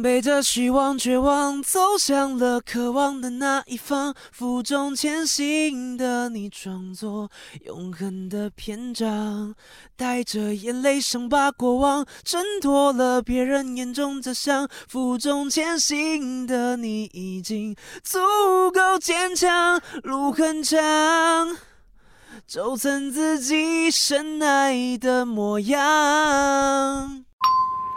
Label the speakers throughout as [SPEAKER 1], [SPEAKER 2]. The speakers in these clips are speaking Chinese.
[SPEAKER 1] 背着嗯虚妄、绝望，走向了渴望的那一方。负重前行的你，装作永恒的篇章，带着眼泪伤疤过往，挣脱了别人眼中假象。负重前行的你，已经足够坚强。路很长，走成自己深爱的模样。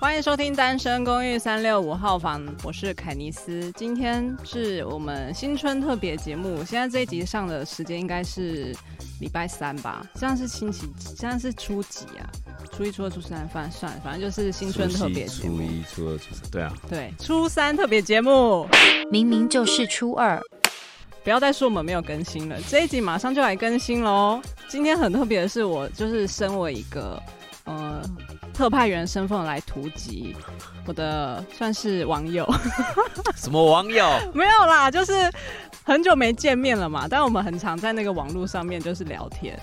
[SPEAKER 2] 欢迎收听《单身公寓三六五号房》，我是凯尼斯。今天是我们新春特别节目，现在这一集上的时间应该是礼拜三吧？现在是星期，现在是初几啊？初一、初二、初三，反正算了，反正就是新春特别节目。
[SPEAKER 3] 初一、初二、初三，对啊，
[SPEAKER 2] 对，初三特别节目。
[SPEAKER 4] 明明就是初二，
[SPEAKER 2] 不要再说我们没有更新了，这一集马上就来更新喽。今天很特别的是，我就是身为一个呃特派员身份来突击我的算是网友，
[SPEAKER 3] 什么网友？
[SPEAKER 2] 没有啦，就是很久没见面了嘛，但我们很常在那个网络上面就是聊天，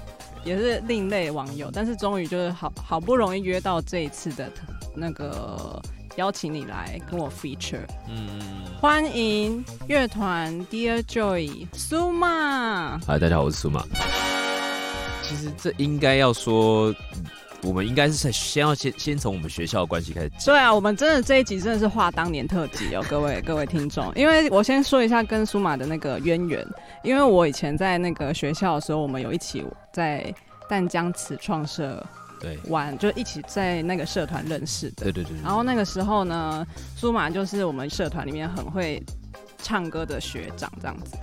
[SPEAKER 2] 也是另类网友，但是终于就是好好不容易约到这一次的那个邀请你来跟我 feature。
[SPEAKER 3] 嗯，
[SPEAKER 2] 欢迎乐团 Dear Joy 苏玛，
[SPEAKER 3] 嗨，大家好，我是苏马。其实这应该要说，我们应该是先要先先从我们学校的关系开始讲。
[SPEAKER 2] 对啊，我们真的这一集真的是画当年特辑哦，各位各 位听众，因为我先说一下跟苏玛的那个渊源，因为我以前在那个学校的时候，我们有一起在淡江词创社
[SPEAKER 3] 对
[SPEAKER 2] 玩，就一起在那个社团认识的。
[SPEAKER 3] 对对对对对。
[SPEAKER 2] 然后那个时候呢，苏玛就是我们社团里面很会唱歌的学长这样子。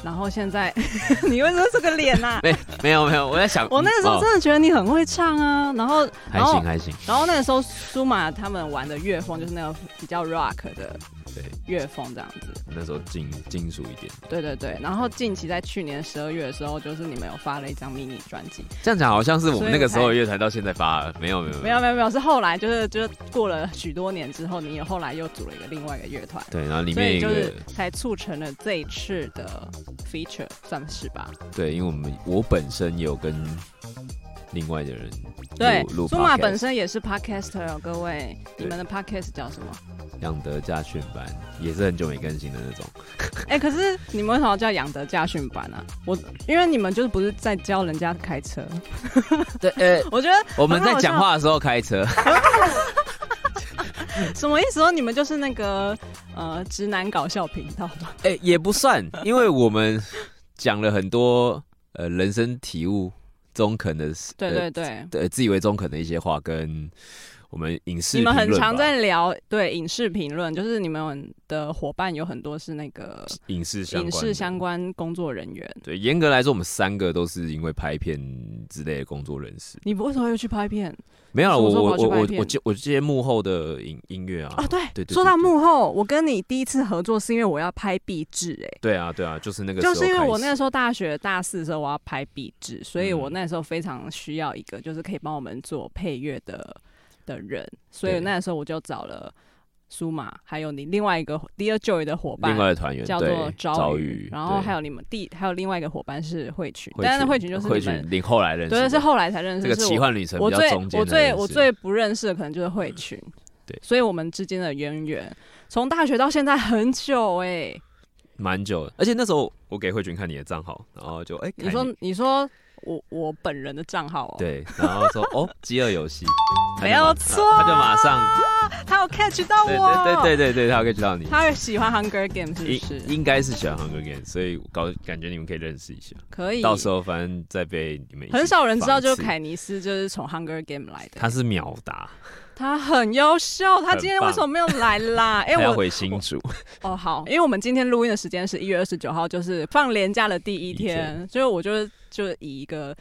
[SPEAKER 2] 然后现在 你为什么这个脸呐、啊？
[SPEAKER 3] 没没有没有，我在想，
[SPEAKER 2] 我那个时候
[SPEAKER 3] 哦
[SPEAKER 2] 真的觉得你很会唱啊，然后
[SPEAKER 3] 还
[SPEAKER 2] 然后
[SPEAKER 3] 行还行，
[SPEAKER 2] 然后那个时候苏玛他们玩的乐风就是那个比较 rock 的
[SPEAKER 3] 对，
[SPEAKER 2] 乐风这样子，
[SPEAKER 3] 那时候金金属一点。
[SPEAKER 2] 对对对。然后近期在去年十二月的时候，就是你们有发了一张迷你专辑，
[SPEAKER 3] 这样讲好像是我
[SPEAKER 2] 所以
[SPEAKER 3] 们
[SPEAKER 2] 我
[SPEAKER 3] 那个时候
[SPEAKER 2] 才
[SPEAKER 3] 的乐团到现在发了，没有没有
[SPEAKER 2] 没有。没有没有，是后来就是就是过了许多年之后，你也后来又组了一个另外一个乐团。
[SPEAKER 3] 对，然后里
[SPEAKER 2] 所
[SPEAKER 3] 面
[SPEAKER 2] 以
[SPEAKER 3] 一
[SPEAKER 2] 就
[SPEAKER 3] 个、
[SPEAKER 2] 是才促成了这一次的 feature，算是吧？
[SPEAKER 3] 对，因为我们我本身也有跟另外的人
[SPEAKER 2] 对
[SPEAKER 3] 录，录
[SPEAKER 2] 苏玛
[SPEAKER 3] podcast
[SPEAKER 2] 本身也是 podcaster 哦，各位，你
[SPEAKER 3] 对
[SPEAKER 2] 们的 podcast 叫什么？
[SPEAKER 3] 养德家训班也是很久没更新的那种。
[SPEAKER 2] 哎、可是你们为什么要叫养德驾训班啊？我因为你们就是不是在教人家开车，
[SPEAKER 3] 对，呃，
[SPEAKER 2] 我觉得
[SPEAKER 3] 我们在讲话的时候开 车，
[SPEAKER 2] 什么意思哦？你们就是那个呃直男搞笑频道吧？
[SPEAKER 3] 哎、也不算，因为我们讲了很多呃人生体悟、中肯的事，
[SPEAKER 2] 对对对，
[SPEAKER 3] 呃呃自以为中肯的一些话，跟我们影视
[SPEAKER 2] 你们
[SPEAKER 3] 评
[SPEAKER 2] 很
[SPEAKER 3] 论
[SPEAKER 2] 常
[SPEAKER 3] 吧
[SPEAKER 2] 在聊对影视评论，就是你们的伙伴有很多是那个
[SPEAKER 3] 影视相
[SPEAKER 2] 影
[SPEAKER 3] 关
[SPEAKER 2] 视
[SPEAKER 3] 的
[SPEAKER 2] 相。关工作人员。
[SPEAKER 3] 对，严格来说，我们三个都是因为拍片之类的工作人士。
[SPEAKER 2] 你为什么会去拍片
[SPEAKER 3] 没有啦，
[SPEAKER 2] 什么
[SPEAKER 3] 我
[SPEAKER 2] 时候跑去拍
[SPEAKER 3] 我我我
[SPEAKER 2] 片
[SPEAKER 3] 我接我接幕后的音音乐啊。
[SPEAKER 2] 啊？对，
[SPEAKER 3] 对对
[SPEAKER 2] 说到
[SPEAKER 3] 对对
[SPEAKER 2] 幕后，我跟你第一次合作是因为我要拍壁纸、哎。
[SPEAKER 3] 对啊，对啊，就是那个时
[SPEAKER 2] 就
[SPEAKER 3] 候
[SPEAKER 2] 是因为我那个
[SPEAKER 3] 开始
[SPEAKER 2] 时候大学大四的时候，我要拍壁纸，所以
[SPEAKER 3] 嗯
[SPEAKER 2] 我那时候非常需要一个就是可以帮我们做配乐的的人，所以
[SPEAKER 3] 对
[SPEAKER 2] 那时候我就找了苏玛，还有你另外一个 Dear Joy 的伙伴
[SPEAKER 3] 另，外的团员
[SPEAKER 2] 叫做
[SPEAKER 3] 对
[SPEAKER 2] 朝
[SPEAKER 3] 宇，
[SPEAKER 2] 然后
[SPEAKER 3] 对
[SPEAKER 2] 还有你们第还有另外一个伙伴是慧群，
[SPEAKER 3] 慧
[SPEAKER 2] 但是
[SPEAKER 3] 群
[SPEAKER 2] 慧群就是
[SPEAKER 3] 慧
[SPEAKER 2] 你们
[SPEAKER 3] 群，领后来认识的，
[SPEAKER 2] 对，是后来才认识，
[SPEAKER 3] 这个
[SPEAKER 2] 是我
[SPEAKER 3] 奇幻旅程
[SPEAKER 2] 我
[SPEAKER 3] 比较
[SPEAKER 2] 最
[SPEAKER 3] 中间
[SPEAKER 2] 我
[SPEAKER 3] 的
[SPEAKER 2] 最
[SPEAKER 3] 认
[SPEAKER 2] 我
[SPEAKER 3] 识
[SPEAKER 2] 最不认识的可能就是慧群，
[SPEAKER 3] 对
[SPEAKER 2] 所以我们之间的渊源从大学到现在很久哎、
[SPEAKER 3] 蛮久的，而且那时候我给慧群看你的账号，然后就哎，
[SPEAKER 2] 你
[SPEAKER 3] 看
[SPEAKER 2] 说，你说我我本人的账号哦，，
[SPEAKER 3] 对，然后说哦，饥饿 游戏，他就
[SPEAKER 2] 没有
[SPEAKER 3] 马
[SPEAKER 2] 错
[SPEAKER 3] 他就马上，
[SPEAKER 2] 他有 catch 到
[SPEAKER 3] 对
[SPEAKER 2] 我，
[SPEAKER 3] 对对
[SPEAKER 2] 对，
[SPEAKER 3] 对对，他可以知道你，
[SPEAKER 2] 他有喜欢 Hunger Game 是不
[SPEAKER 3] 应
[SPEAKER 2] 是？
[SPEAKER 3] 应该是喜欢 Hunger Game，所以搞感觉你们可以认识一下，
[SPEAKER 2] 可以，
[SPEAKER 3] 到时候反正再被你们一起
[SPEAKER 2] 很少人知道，就是
[SPEAKER 3] 放一次
[SPEAKER 2] 凯尼斯就是从 Hunger Game 来的，
[SPEAKER 3] 他是秒答，
[SPEAKER 2] 他很优秀，他今天为什么没有来 啦？哎、
[SPEAKER 3] 他要
[SPEAKER 2] 我
[SPEAKER 3] 回新竹，
[SPEAKER 2] 哦好，因为我们今天录音的时间是一月二十九号，就是放年假的第一
[SPEAKER 3] 第一
[SPEAKER 2] 天，所以我就是就以一个。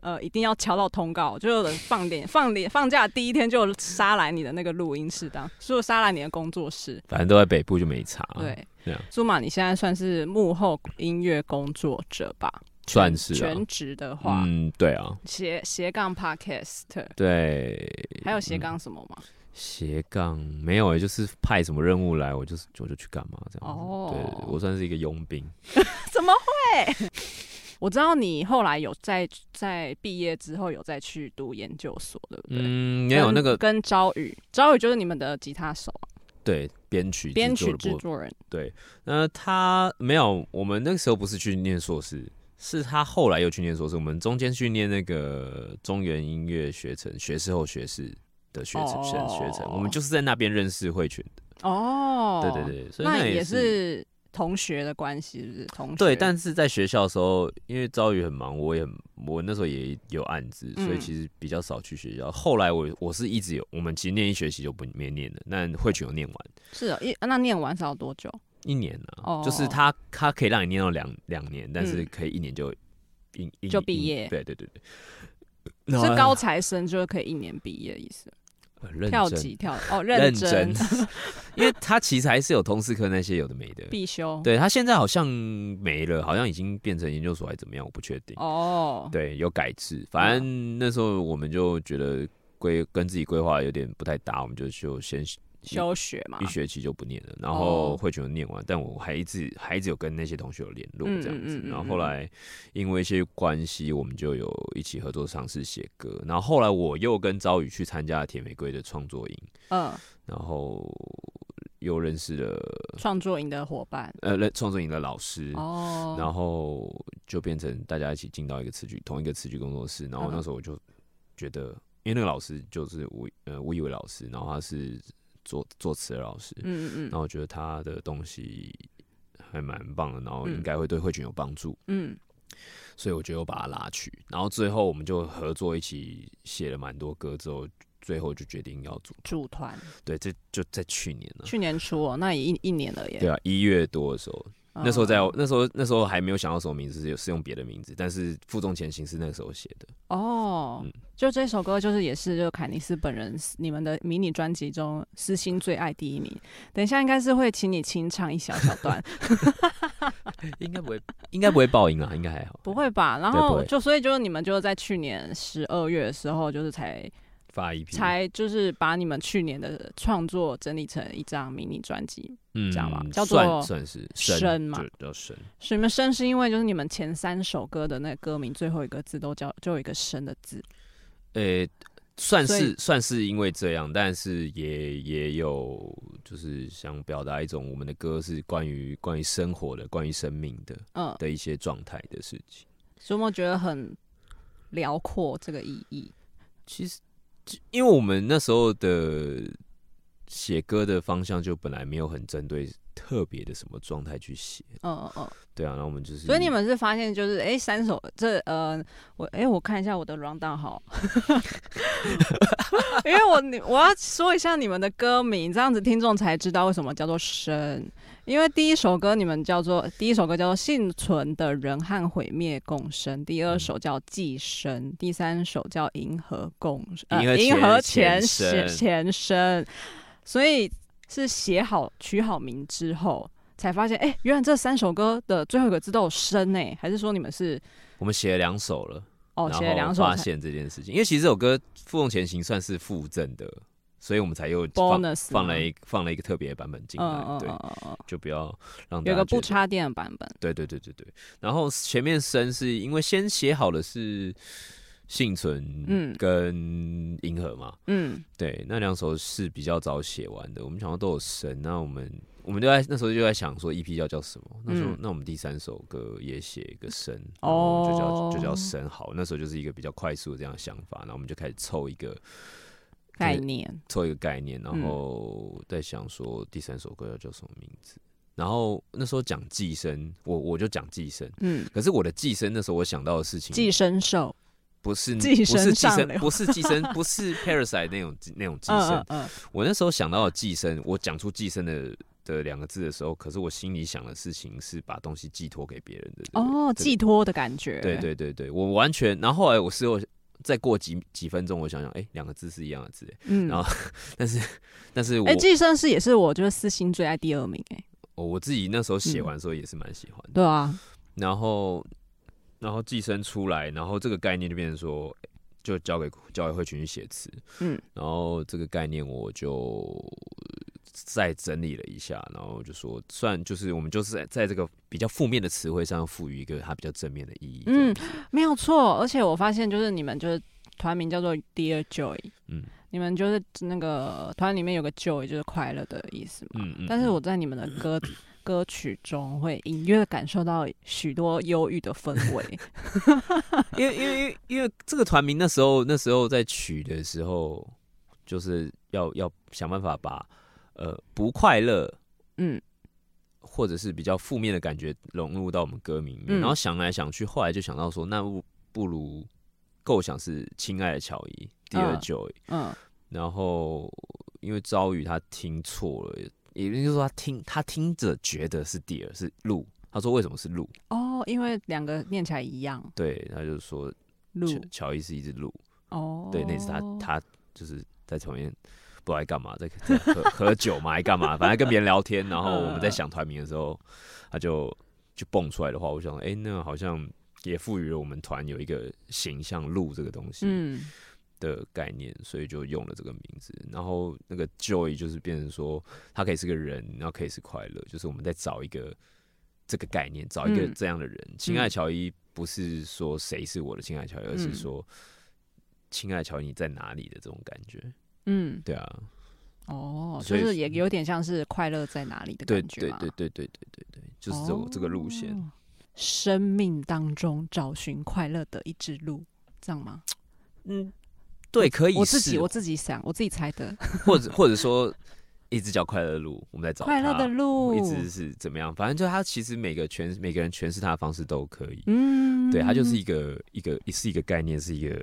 [SPEAKER 2] 呃，一定要敲到通告，就有人放点放点放假第一天就杀来你的那个录音室当，就杀来你的工作室。
[SPEAKER 3] 反正都在北部就没差。
[SPEAKER 2] 对，
[SPEAKER 3] 啊这样
[SPEAKER 2] 苏玛，你现在算是幕后音乐工作者吧？
[SPEAKER 3] 算是啊
[SPEAKER 2] 全职的话，
[SPEAKER 3] 嗯，对啊，
[SPEAKER 2] 斜斜杠 podcast，
[SPEAKER 3] 对，
[SPEAKER 2] 还有斜杠什么吗？
[SPEAKER 3] 嗯斜杠没有、欸，就是派什么任务来，我就是我就去干嘛这样子。
[SPEAKER 2] 哦
[SPEAKER 3] 对我算是一个佣兵，
[SPEAKER 2] 怎么会？ 我知道你后来有在在毕业之后有再去读研究所，对不对？
[SPEAKER 3] 嗯，没
[SPEAKER 2] 跟
[SPEAKER 3] 有那个
[SPEAKER 2] 跟朝宇，朝宇就是你们的吉他手啊、
[SPEAKER 3] 对编曲
[SPEAKER 2] 编曲制
[SPEAKER 3] 制作的部分。
[SPEAKER 2] 作人。
[SPEAKER 3] 对，那他没有，我们那个时候不是去念硕士，是他后来又去念硕士。我们中间去念那个中原音乐学程，学士后学士的学程、学
[SPEAKER 2] 哦
[SPEAKER 3] 学程，我们就是在那边认识慧群的。
[SPEAKER 2] 哦，
[SPEAKER 3] 对对对，所以
[SPEAKER 2] 那
[SPEAKER 3] 也
[SPEAKER 2] 也是同学的关系，是不是？同学
[SPEAKER 3] 对，但是在学校的时候，因为遭遇很忙，我也很我那时候也有案子，所以
[SPEAKER 2] 嗯
[SPEAKER 3] 其实比较少去学校。后来我我是一直有，我们其实念一学期就不没念了，那会群有念完
[SPEAKER 2] 是哦，一那念完是要多久？
[SPEAKER 3] 一年呢、
[SPEAKER 2] 哦
[SPEAKER 3] 就是他他可以让你念到两两年，但是
[SPEAKER 2] 嗯
[SPEAKER 3] 可以一年就一一
[SPEAKER 2] 就毕业
[SPEAKER 3] 一对对对对，然后
[SPEAKER 2] 是高材生就可以一年毕业的意思，
[SPEAKER 3] 很啊认
[SPEAKER 2] 跳
[SPEAKER 3] 真
[SPEAKER 2] 级跳哦，
[SPEAKER 3] 认
[SPEAKER 2] 真
[SPEAKER 3] 因为他其实还是有通识课那些有的没的。
[SPEAKER 2] 必修。
[SPEAKER 3] 对他现在好像没了，好像已经变成研究所还怎么样，我不确定。
[SPEAKER 2] 哦，
[SPEAKER 3] 对，有改制。反正那时候我们就觉得规跟自己规划有点不太搭，我们就就先
[SPEAKER 2] 休学嘛
[SPEAKER 3] 一，学期就不念了，然后
[SPEAKER 2] 哦
[SPEAKER 3] 会全念完，但我还一直还一直有跟那些同学有联络
[SPEAKER 2] 嗯
[SPEAKER 3] 这样子
[SPEAKER 2] 嗯嗯。嗯
[SPEAKER 3] 然后后来因为一些关系，我们就有一起合作尝试写歌。然后后来我又跟朝宇去参加了铁玫瑰的创作营，
[SPEAKER 2] 嗯，
[SPEAKER 3] 然后又认识了
[SPEAKER 2] 创作营的伙伴。
[SPEAKER 3] 呃认创作营的老师。
[SPEAKER 2] 哦，
[SPEAKER 3] 然后就变成大家一起进到一个词句同一个词句工作室。然后
[SPEAKER 2] 嗯哼
[SPEAKER 3] 那时候我就觉得，因为那个老师就是吴呃吴以为老师，然后他是作作词的老师，
[SPEAKER 2] 嗯嗯
[SPEAKER 3] 然后我觉得他的东西还蛮棒的，然后
[SPEAKER 2] 嗯
[SPEAKER 3] 应该会对慧群有帮助，
[SPEAKER 2] 嗯
[SPEAKER 3] 所以我就又把他拉去。然后最后我们就合作一起写了蛮多歌之后。最后就决定要组，
[SPEAKER 2] 组团，
[SPEAKER 3] 对，这就在去年了，
[SPEAKER 2] 去年初哦，那也一一年了耶。
[SPEAKER 3] 嗯对啊，一月多的时候，
[SPEAKER 2] 嗯
[SPEAKER 3] 那时候在那时候那时候还没有想到什么名字，是是用别的名字，但是《负重前行》是那个时 候写的。
[SPEAKER 2] 哦
[SPEAKER 3] 嗯，
[SPEAKER 2] 就这首歌就是也是就凯尼斯本人你们的迷你专辑中私心最爱第一名。等一下应该是会请你清唱一小小段，
[SPEAKER 3] 应该不会，应该不会爆音啊，应该还好。
[SPEAKER 2] 不会吧？然
[SPEAKER 3] 对不
[SPEAKER 2] 后
[SPEAKER 3] 会
[SPEAKER 2] 就所以就是你们就在去年十二月的时候，就是才
[SPEAKER 3] 发一批，
[SPEAKER 2] 才就是把你们去年的创作整理成一张迷你专辑。
[SPEAKER 3] 嗯
[SPEAKER 2] 这样吧叫做
[SPEAKER 3] 算算是
[SPEAKER 2] 深嘛，
[SPEAKER 3] 就叫深。
[SPEAKER 2] 是你们生是因为就是你们前三首歌的那个歌名最后一个字都叫就有一个生的字。
[SPEAKER 3] 呃，算
[SPEAKER 2] 所以
[SPEAKER 3] 是算是因为这样，但是也也有就是想表达一种我们的歌是关于关于生活的、关于生命的
[SPEAKER 2] 嗯，
[SPEAKER 3] 的一些状态的事情。
[SPEAKER 2] 所以我们觉得很辽阔这个意义。
[SPEAKER 3] 其实，就因为我们那时候的写歌的方向就本来没有很针对特别的什么状态去写，
[SPEAKER 2] 嗯嗯嗯。
[SPEAKER 3] 对啊，然后我们就是，
[SPEAKER 2] 所以你们是发现就是哎、诶三首这呃我哎、我看一下我的 round down 好， 因为我你我要说一下你们的歌名，这样子听众才知道为什么叫做生。因为第一首歌你们叫做第一首歌叫做《幸存的人和毁灭共生》，第二首叫《寄生》，第三首叫《银河共呃
[SPEAKER 3] 银河
[SPEAKER 2] 银河
[SPEAKER 3] 前
[SPEAKER 2] 前
[SPEAKER 3] 前生
[SPEAKER 2] 前生》，所以是写好取好名之后。才发现，哎、原来这三首歌的最后一个字都有生呢、还是说你们是
[SPEAKER 3] 我们写了两首了。
[SPEAKER 2] 哦
[SPEAKER 3] 然
[SPEAKER 2] 写了两
[SPEAKER 3] 后
[SPEAKER 2] 首
[SPEAKER 3] 发
[SPEAKER 2] 才
[SPEAKER 3] 现这件事情，因为其实这首歌《负重前行》算是附赠的，所以我们才又放
[SPEAKER 2] bonus
[SPEAKER 3] 放
[SPEAKER 2] 吗
[SPEAKER 3] 了一放了一个特别版本进
[SPEAKER 2] 嗯
[SPEAKER 3] 来，
[SPEAKER 2] 嗯
[SPEAKER 3] 对
[SPEAKER 2] 嗯，嗯嗯，
[SPEAKER 3] 就不要让大
[SPEAKER 2] 有
[SPEAKER 3] 家
[SPEAKER 2] 个不
[SPEAKER 3] 觉得，
[SPEAKER 2] 插电的版本，
[SPEAKER 3] 对对对对对。然后前面生是因为先写好的是幸
[SPEAKER 2] 嗯
[SPEAKER 3] 存跟银河嘛，
[SPEAKER 2] 嗯，
[SPEAKER 3] 对，那两首是比较早写完的，我们想到都有神，那我们我们就在那时候就在想说 EP 要叫什么，那时候、
[SPEAKER 2] 嗯
[SPEAKER 3] 那我们第三首歌也写一个神，然后就叫、
[SPEAKER 2] 哦
[SPEAKER 3] 就叫神好，那时候就是一个比较快速的这样的想法，然后我们就开始凑一个
[SPEAKER 2] 概念，
[SPEAKER 3] 凑一个概念，然
[SPEAKER 2] 嗯
[SPEAKER 3] 后在想说第三首歌要叫什么名字，然后那时候讲寄生，我我就讲寄生，
[SPEAKER 2] 嗯，
[SPEAKER 3] 可是我的寄生那时候我想到的事情
[SPEAKER 2] 寄生兽，
[SPEAKER 3] 不是
[SPEAKER 2] 寄
[SPEAKER 3] 不是
[SPEAKER 2] 生
[SPEAKER 3] 寄
[SPEAKER 2] 上
[SPEAKER 3] 生
[SPEAKER 2] 流
[SPEAKER 3] 不是寄生不是 parasite 那种那种寄生
[SPEAKER 2] 嗯，嗯
[SPEAKER 3] 我那时候想到的寄生，我讲出寄生的的两个字的时候，可是我心里想的事情是把东西寄托给别人的。
[SPEAKER 2] 哦，
[SPEAKER 3] 对
[SPEAKER 2] 寄托的感觉。
[SPEAKER 3] 对对对对，我完全。然后后来我事后再过几几分钟，我想想，哎、两个字是一样的字，哎
[SPEAKER 2] 嗯
[SPEAKER 3] 然后但是但是我、
[SPEAKER 2] 哎，寄生师也是我就是私心最爱第二名哎，
[SPEAKER 3] 我我自己那时候
[SPEAKER 2] 嗯
[SPEAKER 3] 写完的时候也是蛮喜欢的。
[SPEAKER 2] 对啊，
[SPEAKER 3] 然后然后寄生出来，然后这个概念就变成说，就交给教委会群去写词，
[SPEAKER 2] 嗯，
[SPEAKER 3] 然后这个概念我就再整理了一下，然后就说，算就是我们就是在在这个比较负面的词汇上赋予一个它比较正面的意义，
[SPEAKER 2] 嗯
[SPEAKER 3] 嗯
[SPEAKER 2] 没有错，而且我发现就是你们就是团名叫做 Dear Joy，
[SPEAKER 3] 嗯
[SPEAKER 2] 你们就是那个团里面有个 Joy 就是快乐的意思嘛。
[SPEAKER 3] 嗯嗯，
[SPEAKER 2] 但是我在你们的歌歌曲中会隐约的感受到许多忧郁的氛围。
[SPEAKER 3] 因为因为因为因为这个团名那时候那时候在取的时候，就是要要想办法把呃不快乐
[SPEAKER 2] 嗯，
[SPEAKER 3] 或者是比较负面的感觉融入到我们歌名里面，
[SPEAKER 2] 嗯
[SPEAKER 3] 然后想来想去，后来就想到说，那不不如构想是亲爱的乔伊第二
[SPEAKER 2] 嗯
[SPEAKER 3] Joy，、
[SPEAKER 2] 嗯，
[SPEAKER 3] 然后因为朝雨他听错了，也就是说他听他听着觉得是第二是鹿，他说为什么是鹿？
[SPEAKER 2] 哦，因为两个念起来一样，
[SPEAKER 3] 对，他就说
[SPEAKER 2] 路
[SPEAKER 3] 乔乔伊是一只鹿，
[SPEAKER 2] 哦，
[SPEAKER 3] 对，那次他他就是在旁边不知道在干嘛，在在喝喝酒嘛，还干嘛？反正跟别人聊天，然后我们
[SPEAKER 2] 嗯
[SPEAKER 3] 在想团名的时候，他就就蹦出来的话，我想，哎、那好像也赋予了我们团有一个形象路这个东西
[SPEAKER 2] 嗯
[SPEAKER 3] 的概念，所以就用了这个名字。然后那个 Joy 就是变成说，他可以是个人，然后可以是快乐，就是我们在找一个这个概念，找一个
[SPEAKER 2] 嗯
[SPEAKER 3] 这样的人。亲、爱乔伊不是说谁是我的亲爱乔伊，而是
[SPEAKER 2] 嗯
[SPEAKER 3] 说。亲爱乔，伊你在哪里的这种感觉？
[SPEAKER 2] 嗯
[SPEAKER 3] 对啊，
[SPEAKER 2] 哦，就
[SPEAKER 3] 所以
[SPEAKER 2] 是也有点像是快乐在哪里的
[SPEAKER 3] 对
[SPEAKER 2] 感觉
[SPEAKER 3] 对
[SPEAKER 2] 嘛
[SPEAKER 3] 对对对对对对，就是走这个路线。
[SPEAKER 2] 哦生命当中找寻快乐的一支路，这样吗？
[SPEAKER 3] 嗯，对，可以
[SPEAKER 2] 我自己
[SPEAKER 3] 是
[SPEAKER 2] 我自己想，我自己猜的。
[SPEAKER 3] 或者或者说一直叫快乐的路，我们在找
[SPEAKER 2] 快乐
[SPEAKER 3] 它
[SPEAKER 2] 的，路，
[SPEAKER 3] 一直是怎么样？反正就他其实每个诠每个人诠释他的方式都可以。
[SPEAKER 2] 嗯，
[SPEAKER 3] 对，它就是一个一个是一个概念，是一个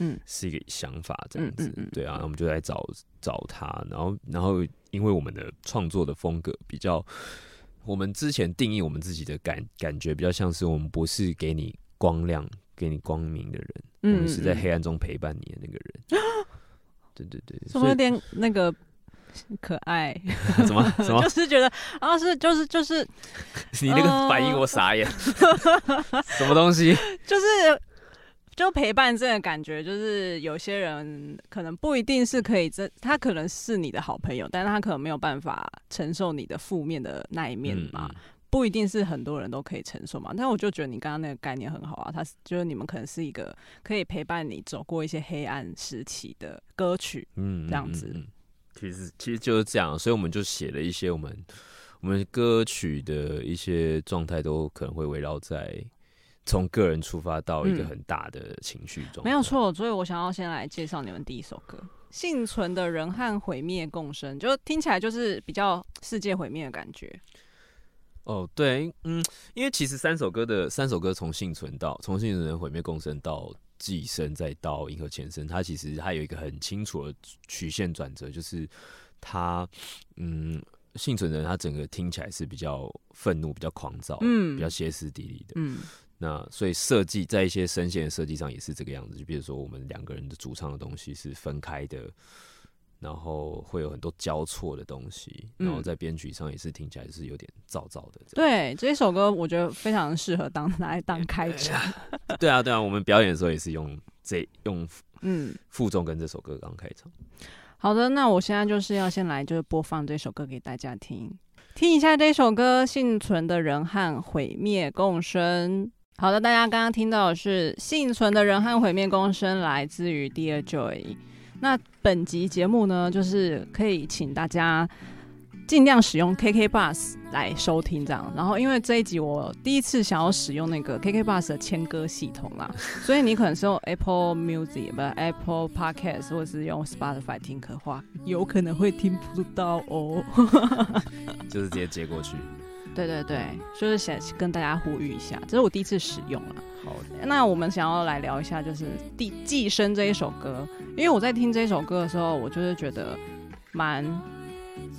[SPEAKER 2] 嗯
[SPEAKER 3] 是一个想法这样
[SPEAKER 2] 嗯嗯
[SPEAKER 3] 子。
[SPEAKER 2] 嗯
[SPEAKER 3] 对啊，然后我们就来找找他，然后然后因为我们的创作的风格比较，我们之前定义我们自己的感感觉比较像是我们不是给你光亮、给你光明的人，我
[SPEAKER 2] 嗯，
[SPEAKER 3] 们是在黑
[SPEAKER 2] 嗯，
[SPEAKER 3] 暗中陪伴你的那个 人。对对对，
[SPEAKER 2] 怎么有
[SPEAKER 3] 所以
[SPEAKER 2] 点那个可爱？
[SPEAKER 3] 什么什么
[SPEAKER 2] 就？是觉得啊，是就是就是
[SPEAKER 3] 你那个反
[SPEAKER 2] 哦
[SPEAKER 3] 应我傻眼， 什么东西？
[SPEAKER 2] 就是。就陪伴这个感觉，就是有些人可能不一定是可以这，他可能是你的好朋友，但是他可能没有办法承受你的负面的那一面嘛。
[SPEAKER 3] 嗯
[SPEAKER 2] 不一定是很多人都可以承受嘛。但我就觉得你刚刚那个概念很好啊，它是就是你们可能是一个可以陪伴你走过一些黑暗时期的歌曲。
[SPEAKER 3] 嗯，
[SPEAKER 2] 这样
[SPEAKER 3] 嗯嗯
[SPEAKER 2] 子
[SPEAKER 3] 嗯其实其实就是这样，所以我们就写了一些我们我们歌曲的一些状态，都可能会围绕在从个人出发到一个
[SPEAKER 2] 嗯
[SPEAKER 3] 很大的情绪中、
[SPEAKER 2] 没有，错，所以我想要先来介绍你们第一首歌《幸存的人和毁灭共生》，就听起来就是比较世界毁灭的感觉。
[SPEAKER 3] 哦，对，嗯，因为其实三首歌的三首歌从幸存到从幸存人毁灭共生到寄生再到银河前生，嗯它其实它有一个很清楚的曲线转折，就是它嗯幸存人他整个听起来是比较愤怒、比较狂躁、
[SPEAKER 2] 嗯
[SPEAKER 3] 比较歇斯底里的，
[SPEAKER 2] 嗯
[SPEAKER 3] 那所以设计在一些声线的设计上也是这个样子，就比如说我们两个人的主唱的东西是分开的，然后会有很多交错的东西，
[SPEAKER 2] 嗯
[SPEAKER 3] 然后在编曲上也是听起来是有点燥燥的这样。
[SPEAKER 2] 对，这首歌我觉得非常适合当 拿来当开场。
[SPEAKER 3] 对啊对啊，我们表演的时候也是用这用
[SPEAKER 2] 嗯，
[SPEAKER 3] 负重跟这首歌刚开场。
[SPEAKER 2] 好的，那我现在就是要先来就是播放这首歌给大家听，听一下这首歌《幸存的人和毁灭共生》。好的，大家刚刚听到的是《幸存的人和毁灭共生》，来自于 Dear Joy。那本集节目呢，就是可以请大家尽量使用 KK Bus 来收听这样。然后，因为这一集我第一次想要使用那个 KK Bus 的签歌系统啦，所以你可能是用 Apple Music 不 Apple Podcast 或者是用 Spotify 听的话，有可能会听不到哦。
[SPEAKER 3] 就是直接接过去，
[SPEAKER 2] 对对对，就是想跟大家呼吁一下，这是我第一次使用啦。
[SPEAKER 3] 好，
[SPEAKER 2] 那我们想要来聊一下，就是《寄寄生》这一首歌，因为我在听这首歌的时候，我就是觉得蛮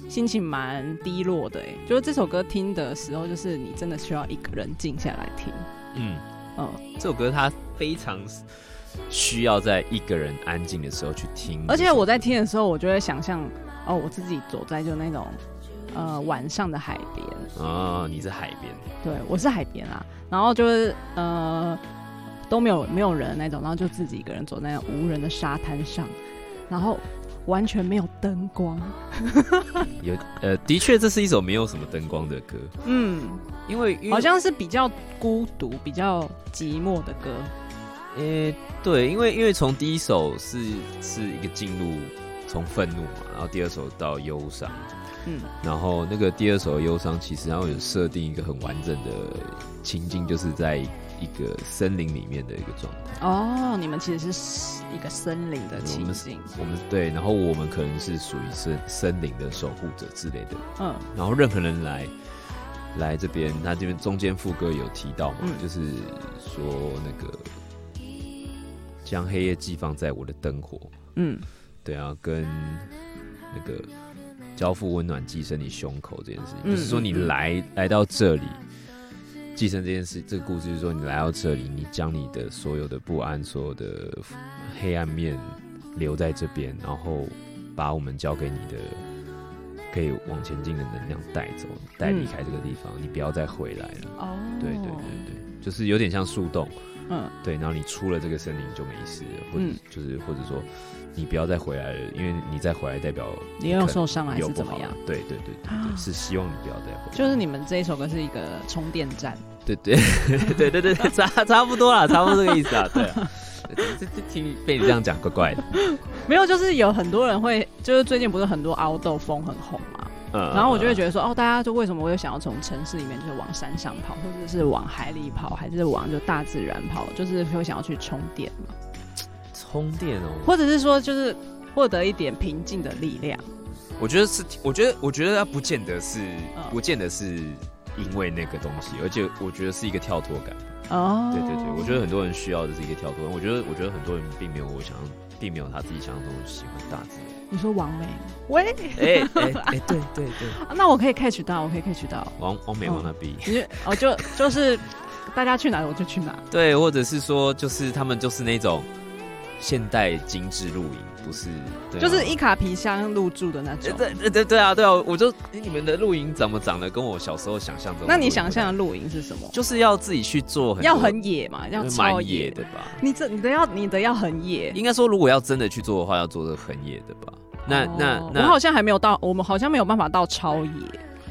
[SPEAKER 2] 心情蛮低落的、欸，哎，就是这首歌听的时候，就是你真的需要一个人静下来听，
[SPEAKER 3] 嗯，
[SPEAKER 2] 嗯，
[SPEAKER 3] 这首歌它非常需要在一个人安静的时候去听，
[SPEAKER 2] 而且我在听的时候，我就会想象，哦，我自己走在就那种，呃，晚上的海边，
[SPEAKER 3] 啊、你在海边，
[SPEAKER 2] 对我是海边啊，然后就是呃都没有没有人那种，然后就自己一个人走在那无人的沙滩上，然后完全没有灯光，
[SPEAKER 3] 有呃，的确这是一首没有什么灯光的歌，
[SPEAKER 2] 嗯，
[SPEAKER 3] 因为因为
[SPEAKER 2] 好像是比较孤独、比较寂寞的歌，
[SPEAKER 3] 呃、对，因为因为从第一首是是一个进入从愤怒嘛，然后第二首到忧伤，
[SPEAKER 2] 嗯，
[SPEAKER 3] 然后那个第二首的忧伤其实然后有设定一个很完整的情境，就是在一个森林里面的一个状态。
[SPEAKER 2] 哦，你们其实是一个森林的
[SPEAKER 3] 我
[SPEAKER 2] 情
[SPEAKER 3] 们是
[SPEAKER 2] 景，
[SPEAKER 3] 我们对，然后我们可能是属于森森林的守护者之类的。
[SPEAKER 2] 嗯
[SPEAKER 3] 然后任何人来来这边，他这边中间副歌有提到嘛，
[SPEAKER 2] 嗯
[SPEAKER 3] 就是说那个将黑夜寄放在我的灯火，
[SPEAKER 2] 嗯
[SPEAKER 3] 对啊，跟那个交付温暖寄生你胸口这件事情，
[SPEAKER 2] 嗯
[SPEAKER 3] 就是说你
[SPEAKER 2] 嗯嗯
[SPEAKER 3] 来来到这里。寄生这件事，这个故事就是说，你来到这里，你将你的所有的不安、所有的黑暗面留在这边，然后把我们交给你的可以往前进的能量带走，带离开这个地方，你不要再回来了。
[SPEAKER 2] 哦，
[SPEAKER 3] 对对对对，就是有点像树洞，
[SPEAKER 2] 嗯
[SPEAKER 3] 对，然后你出了这个森林就没事了，或者
[SPEAKER 2] 嗯
[SPEAKER 3] 就是或者说你不要再回来了，因为你再回来代表
[SPEAKER 2] 你又
[SPEAKER 3] 可能
[SPEAKER 2] 受伤还
[SPEAKER 3] 又
[SPEAKER 2] 是
[SPEAKER 3] 不
[SPEAKER 2] 怎
[SPEAKER 3] 好
[SPEAKER 2] 么
[SPEAKER 3] 了
[SPEAKER 2] 样？啊
[SPEAKER 3] 对对对对对，是希望你不要再回来。
[SPEAKER 2] 就是你们这一首歌是一个充电站，
[SPEAKER 3] 对对 对对对，差差不多啦，差不多这个意思啊，对 啊。这这这听被你这样讲怪怪的，
[SPEAKER 2] 没有，就是有很多人会，就是最近不是很多凹豆风很红嘛，
[SPEAKER 3] 嗯
[SPEAKER 2] 然后我就会
[SPEAKER 3] 得，
[SPEAKER 2] 觉得说，哦，大家就为什么我又想要从城市里面就是往山上跑，或者是往海里跑，还是往就大自然跑，就是会想要去充电嘛，
[SPEAKER 3] 充电哦，
[SPEAKER 2] 或者是说就是获得一点平静的力量。
[SPEAKER 3] 我觉得是，我觉得，我觉得它不见得是，
[SPEAKER 2] 嗯
[SPEAKER 3] 不见得是因为那个东西，而且我觉得是一个跳脱感。
[SPEAKER 2] 哦，
[SPEAKER 3] 对对对，我觉得很多人需要的是一个跳脱。我觉得，我觉得很多人并没有我想象，并没有他自己想象中的喜欢大自然。
[SPEAKER 2] 你说王美，喂，
[SPEAKER 3] 哎哎哎，对对对，
[SPEAKER 2] 哦啊那我可以 catch 到，我可以 catch 到，
[SPEAKER 3] 往往美往那比，
[SPEAKER 2] 你就哦就就是大家去哪我就去哪，
[SPEAKER 3] 对，或者是说，就是他们就是那种现代精致露营，不是，对啊
[SPEAKER 2] 就是一卡皮箱入住的那
[SPEAKER 3] 哎
[SPEAKER 2] 种。
[SPEAKER 3] 对对对对啊对啊，我就你们的露营怎么长得跟我小时候想象中的露营不太？
[SPEAKER 2] 那你想象的露营是什么？
[SPEAKER 3] 就是要自己去做很多，
[SPEAKER 2] 要很野嘛，要超
[SPEAKER 3] 蛮野的吧？
[SPEAKER 2] 你这你的要你的要很野。
[SPEAKER 3] 应该说，如果要真的去做的话，要做的很野的吧？那、那
[SPEAKER 2] 哦我好
[SPEAKER 3] 那，
[SPEAKER 2] 像还没有到，我们好像没有办法到超野。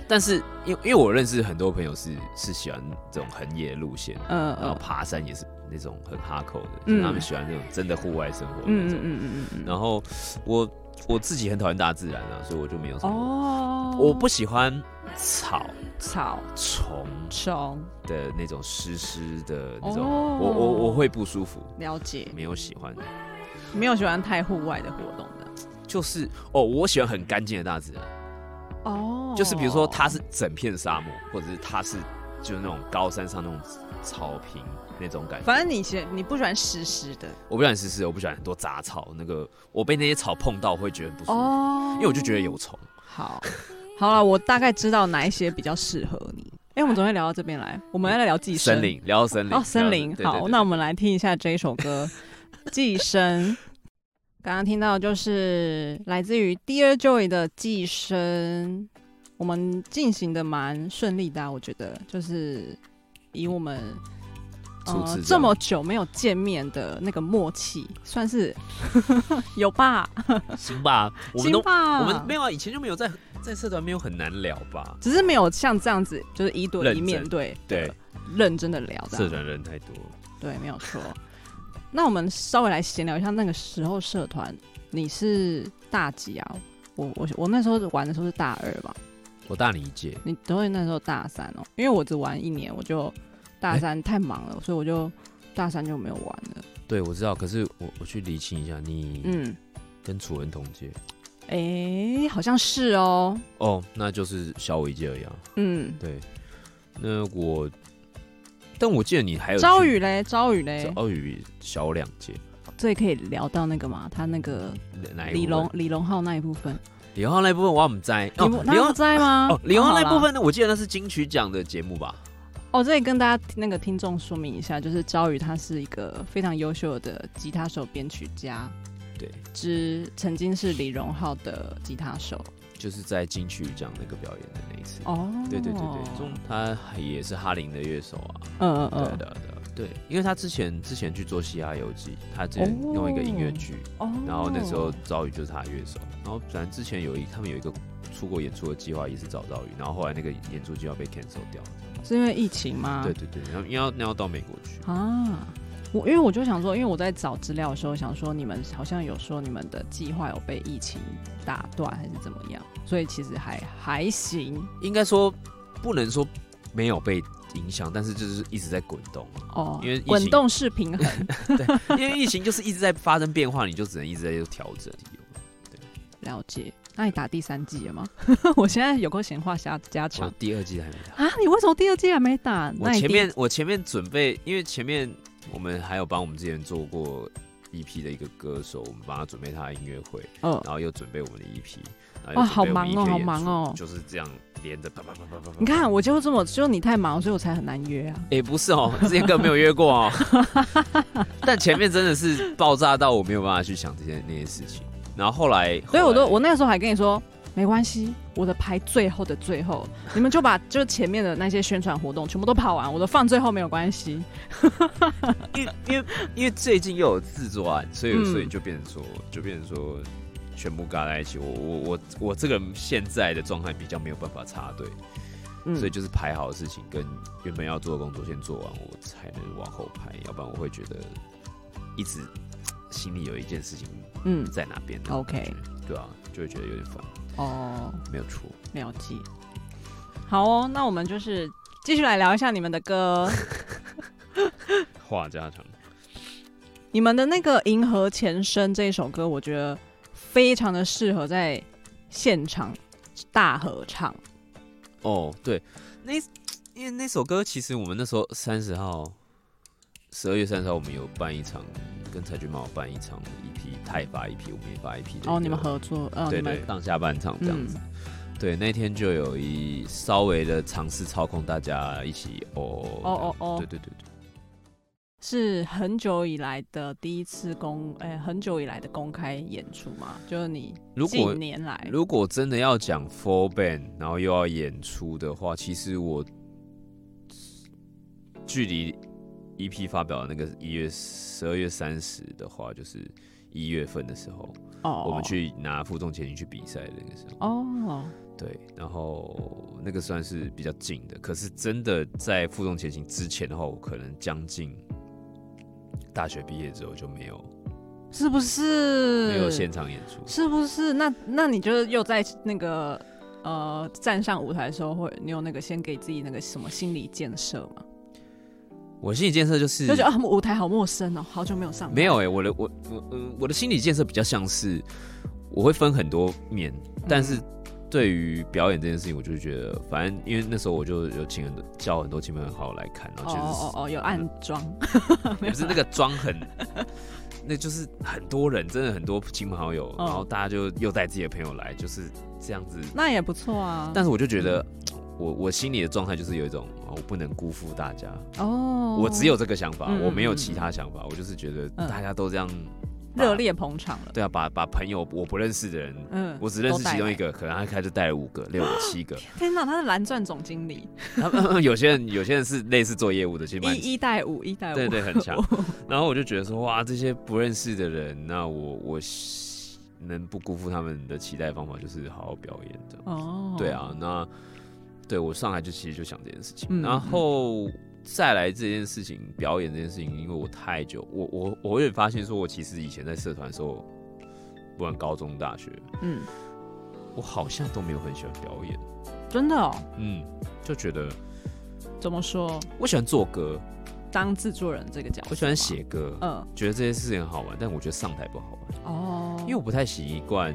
[SPEAKER 3] 但是因因为我认识很多朋友是是喜欢这种很野的路线，
[SPEAKER 2] 嗯
[SPEAKER 3] 然后
[SPEAKER 2] 嗯
[SPEAKER 3] 爬山也是那种很哈口的，
[SPEAKER 2] 嗯
[SPEAKER 3] 就是他们喜欢那种真的户外生活的那
[SPEAKER 2] 嗯
[SPEAKER 3] 种。
[SPEAKER 2] 嗯嗯嗯嗯。
[SPEAKER 3] 然后我我自己很讨厌大自然啊，所以我就没有什么。
[SPEAKER 2] 哦，
[SPEAKER 3] 我不喜欢草
[SPEAKER 2] 草
[SPEAKER 3] 虫
[SPEAKER 2] 虫
[SPEAKER 3] 的那种湿湿的那种，
[SPEAKER 2] 哦
[SPEAKER 3] 我我我会不舒服，
[SPEAKER 2] 了解，
[SPEAKER 3] 没有喜欢。
[SPEAKER 2] 没有喜欢太户外的活动的。
[SPEAKER 3] 就是哦，我喜欢很干净的大自然。
[SPEAKER 2] 哦
[SPEAKER 3] 就是比如说它是整片沙漠，或者是它是就是那种高山上那种草坪那种感觉。
[SPEAKER 2] 反正你喜你不喜欢湿湿的
[SPEAKER 3] 我不喜欢湿湿，我不喜欢很多杂草，那个我被那些草碰到会觉得很不舒服，
[SPEAKER 2] 哦
[SPEAKER 3] 因为我就觉得有虫。
[SPEAKER 2] 好，好了，我大概知道哪一些比较适合你。哎，我 们昨天聊到这边来，我们要来聊寄生
[SPEAKER 3] 森林，聊到森林
[SPEAKER 2] 哦，森林。
[SPEAKER 3] 聊
[SPEAKER 2] 好，
[SPEAKER 3] 到对对对
[SPEAKER 2] 那我们来听一下这一首歌《寄生》。刚刚听到就是来自于 Dear Joy 的《寄生》，我们进行的蛮顺利的啊、我觉得就是以我们。呃
[SPEAKER 3] 初次这样
[SPEAKER 2] 这么久没有见面的那个默契，算是 有吧？
[SPEAKER 3] 行吧，我们都
[SPEAKER 2] 行吧
[SPEAKER 3] 我们没有啊，以前就没有在在社团没有很难聊吧？
[SPEAKER 2] 只是没有像这样子，就是一对
[SPEAKER 3] 认
[SPEAKER 2] 一
[SPEAKER 3] 真
[SPEAKER 2] 面对，呃
[SPEAKER 3] 对，
[SPEAKER 2] 认真的聊
[SPEAKER 3] 社
[SPEAKER 2] 的。
[SPEAKER 3] 团人太多，
[SPEAKER 2] 对，没有错。那我们稍微来闲聊一下那个时候社团，你是大几啊？我我我那时候玩的时候是大二吧，
[SPEAKER 3] 我大你一届，
[SPEAKER 2] 你都会那时候大三哦、因为我只玩一年，我就大三太忙了，所以我就大三就没有玩了。
[SPEAKER 3] 对我知道，可是我我去厘清一下，你
[SPEAKER 2] 嗯，
[SPEAKER 3] 跟楚文同届
[SPEAKER 2] 哎、好像是哦、
[SPEAKER 3] 哦，那就是小我一届而已啊。
[SPEAKER 2] 嗯，
[SPEAKER 3] 对，那我，但我记得你还有
[SPEAKER 2] 朝
[SPEAKER 3] 去
[SPEAKER 2] 雨嘞，朝雨嘞，
[SPEAKER 3] 朝雨小两届，
[SPEAKER 2] 这可以聊到那个嘛，他那个
[SPEAKER 3] 哪一
[SPEAKER 2] 李
[SPEAKER 3] 部
[SPEAKER 2] 荣
[SPEAKER 3] 分
[SPEAKER 2] 李荣浩那一部分，
[SPEAKER 3] 李荣浩那部分我唔知，哦
[SPEAKER 2] 你，
[SPEAKER 3] 李
[SPEAKER 2] 他
[SPEAKER 3] 荣
[SPEAKER 2] 不在吗？
[SPEAKER 3] 哦，李荣浩
[SPEAKER 2] 好
[SPEAKER 3] 那
[SPEAKER 2] 啦
[SPEAKER 3] 部分呢，我记得那是金曲奖的节目吧？
[SPEAKER 2] 哦，这里跟大家那个听众说明一下，就是朝宇他是一个非常优秀的吉他手、编曲家，
[SPEAKER 3] 对，
[SPEAKER 2] 之曾经是李荣浩的吉他手。
[SPEAKER 3] 就是在金曲奖那个表演的那一次。
[SPEAKER 2] 哦，
[SPEAKER 3] 对对对对，中他也是哈林的乐手啊，
[SPEAKER 2] 嗯嗯
[SPEAKER 3] 对啊
[SPEAKER 2] 嗯，
[SPEAKER 3] 对啊对啊，对，因为他之前之前去做《嘻哈游记》，他之前弄一个音乐剧，
[SPEAKER 2] 哦，
[SPEAKER 3] 然后那时候赵宇就是他的乐手，然后反正之前有一他们有一个出国演出的计划也是找赵宇，然后后来那个演出计划被 cancel 掉，
[SPEAKER 2] 是因为疫情吗？
[SPEAKER 3] 对对对，然后因为要因为要到美国去，
[SPEAKER 2] 啊，我因为我就想说，因为我在找资料的时候想说，你们好像有说你们的计划有被疫情打断还是怎么样，所以其实还还行
[SPEAKER 3] 应该说不能说没有被影响，但是就是一直在滚动 啊，
[SPEAKER 2] 哦，
[SPEAKER 3] 因为疫情
[SPEAKER 2] 滚动式平衡。
[SPEAKER 3] 因为疫情就是一直在发生变化，你就只能一直在调整。
[SPEAKER 2] 了解。那你打第三季了吗？ 我现在有够闲话家家常
[SPEAKER 3] 我第二季还没打，
[SPEAKER 2] 啊！你为什么第二季还没打？
[SPEAKER 3] 我
[SPEAKER 2] 那你
[SPEAKER 3] 前
[SPEAKER 2] 第
[SPEAKER 3] 面我前面准备，因为前面我们还有帮我们之前做过 EP 的一个歌手，我们帮他准备他的音乐会，
[SPEAKER 2] 呃，
[SPEAKER 3] 然后又准备我们的 EP，然
[SPEAKER 2] 哇
[SPEAKER 3] 后又准备
[SPEAKER 2] 好忙哦
[SPEAKER 3] 我们 EP 的
[SPEAKER 2] 好
[SPEAKER 3] 演
[SPEAKER 2] 忙
[SPEAKER 3] 出
[SPEAKER 2] 哦
[SPEAKER 3] 就是这样连着啪啪啪啪啪啪。
[SPEAKER 2] 你看，我就这么，就你太忙，所以我才很难约啊。
[SPEAKER 3] 哎、不是哦，之前根本没有约过 哦。但前面真的是爆炸到我没有办法去想这些那些事情，然后后来，
[SPEAKER 2] 所以我都
[SPEAKER 3] 后来
[SPEAKER 2] 我那个时候还跟你说，没关系，我的排最后的最 后，你们就把就前面的那些宣传活动全部都跑完，我的放最后没有关系。
[SPEAKER 3] 因为因为因为最近又有制作案，所以
[SPEAKER 2] 嗯
[SPEAKER 3] 所以就变成说，就变成说，全部嘎在一起。我我我我这个人现在的状态比较没有办法插队，
[SPEAKER 2] 嗯，
[SPEAKER 3] 所以就是排好的事情跟原本要做的工作先做完，我才能往后排，要不然我会觉得一直心里有一件事情
[SPEAKER 2] 嗯，
[SPEAKER 3] 在哪边那种
[SPEAKER 2] OK
[SPEAKER 3] 感觉。对啊，就会觉得有点烦，
[SPEAKER 2] 哦，
[SPEAKER 3] 没有错。
[SPEAKER 2] 了解。好哦，那我们就是继续来聊一下你们的歌。
[SPEAKER 3] 话家常，
[SPEAKER 2] 你们的那个《银河前身》这一首歌，我觉得非常的适合在现场大合唱。
[SPEAKER 3] 哦，对，那因为那首歌其实我们那时候三十号，十二月三十号我们有办一场，跟柴俊茂有办一场 EP，他也发 EP，我们也发 EP 的一个。
[SPEAKER 2] 哦，你们合作，呃，
[SPEAKER 3] 对
[SPEAKER 2] 你
[SPEAKER 3] 对
[SPEAKER 2] 们，嗯
[SPEAKER 3] 上下半场这样子。对，那天就有一稍微的尝试操控大家一起哦
[SPEAKER 2] 哦哦哦
[SPEAKER 3] 对对对对，
[SPEAKER 2] 是很久以来的第一次公，哎、很久以来的公开演出嘛？就是你
[SPEAKER 3] 如果
[SPEAKER 2] 近年来，
[SPEAKER 3] 如果真的要讲 full band，然后又要演出的话，其实我距离 EP 发表的那个一月十二月三十的话，就是一月份的时候，
[SPEAKER 2] 哦，
[SPEAKER 3] 我们去拿负重前进去比赛的那个时候，
[SPEAKER 2] 哦，
[SPEAKER 3] 对，然后那个算是比较近的，可是真的在负重前行之前的话，我可能将近大学毕业之后就没有
[SPEAKER 2] 是不是？
[SPEAKER 3] 没有现场演出，
[SPEAKER 2] 嗯是不是？那那你就是又在那个呃站上舞台的时候会，你有那个先给自己那个什么心理建设吗？
[SPEAKER 3] 我心理建设就是
[SPEAKER 2] 就觉得啊，舞台好陌生哦，好久没有上台。
[SPEAKER 3] 没有哎、我的我我嗯，我的心理建设比较像是我会分很多面，但是
[SPEAKER 2] 嗯
[SPEAKER 3] 对于表演这件事情，我就觉得反正因为那时候我就有请很多叫很多亲朋好友来看，然后
[SPEAKER 2] 哦
[SPEAKER 3] 其实是嗯
[SPEAKER 2] 哦哦，有暗装， 没
[SPEAKER 3] 也
[SPEAKER 2] 有
[SPEAKER 3] 不是那个妆很，那就是很多人，真的很多亲朋好友，
[SPEAKER 2] 嗯
[SPEAKER 3] 然后大家就又带自己的朋友来，就是这样子。
[SPEAKER 2] 那也不错啊。
[SPEAKER 3] 但是我就觉得，我我心里的状态就是有一种，哦我不能辜负大家，
[SPEAKER 2] 哦，
[SPEAKER 3] 我只有这个想法，
[SPEAKER 2] 嗯
[SPEAKER 3] 我没有其他想法，我就是觉得
[SPEAKER 2] 嗯
[SPEAKER 3] 大家都这样把
[SPEAKER 2] 热，烈捧场了。
[SPEAKER 3] 对啊，把把朋友我不认识的人。
[SPEAKER 2] 嗯，
[SPEAKER 3] 我只认识
[SPEAKER 2] 都带
[SPEAKER 3] 其中
[SPEAKER 2] 来
[SPEAKER 3] 一。个，可能他他就带了五个、六个、七 个。
[SPEAKER 2] 天哪，他是蓝钻总经理，
[SPEAKER 3] 然后 有些人有些人是类似做业务的，其实蛮
[SPEAKER 2] 一一带五，一带五，
[SPEAKER 3] 对对很强然后我就觉得说，哇，这些不认识的人，那我我希能不辜负他们的期待的方法就是好好表演的。
[SPEAKER 2] 哦，
[SPEAKER 3] 对，啊，那对我上来就其实就想这件事情，
[SPEAKER 2] 嗯
[SPEAKER 3] 然后再来这件事情表演这件事情，因为我太久，我我我也发现说，我其实以前在社团的时候，不管高中、大学，
[SPEAKER 2] 嗯，
[SPEAKER 3] 我好像都没有很喜欢表演，
[SPEAKER 2] 真的哦。
[SPEAKER 3] 嗯，就觉得
[SPEAKER 2] 怎么说？
[SPEAKER 3] 我喜欢做歌，
[SPEAKER 2] 当制作人这个角色，
[SPEAKER 3] 我喜欢，写歌，
[SPEAKER 2] 嗯，
[SPEAKER 3] 觉得这件事情很好玩，但我觉得上台不好玩。
[SPEAKER 2] 哦，
[SPEAKER 3] 因为我不太习惯